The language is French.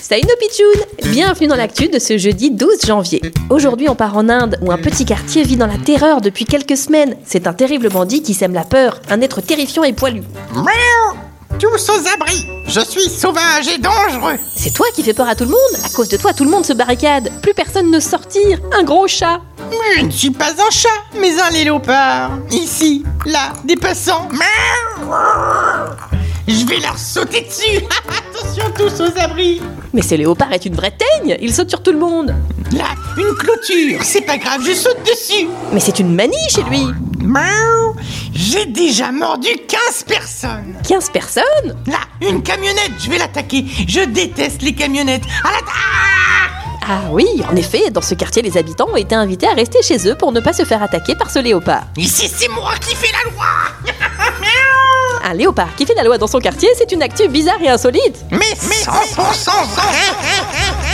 Salut nos pitchounes Bienvenue dans l'actu de ce jeudi 12 janvier. Aujourd'hui, on part en Inde où un petit quartier vit dans la terreur depuis quelques semaines. C'est un terrible bandit qui sème la peur, un être terrifiant et poilu. Miaou Tous aux abris Je suis sauvage et dangereux C'est toi qui fais peur à tout le monde À cause de toi, tout le monde se barricade Plus personne ne sortir Un gros chat Je ne suis pas un chat, mais un léopard Ici, là, des passants Miaou Je vais leur sauter dessus Attention tous aux abris Mais ce léopard est une vraie teigne Il saute sur tout le monde Là, une clôture C'est pas grave, je saute dessus Mais c'est une manie chez lui Miaou J'ai déjà mordu 15 personnes 15 personnes Là, une camionnette Je vais l'attaquer Je déteste les camionnettes À la... Ah oui, en effet, dans ce quartier, les habitants ont été invités à rester chez eux pour ne pas se faire attaquer par ce léopard. Ici, c'est moi qui fais la loi Un léopard qui fait la loi dans son quartier, c'est une actu bizarre et insolite. Mais 100% vrai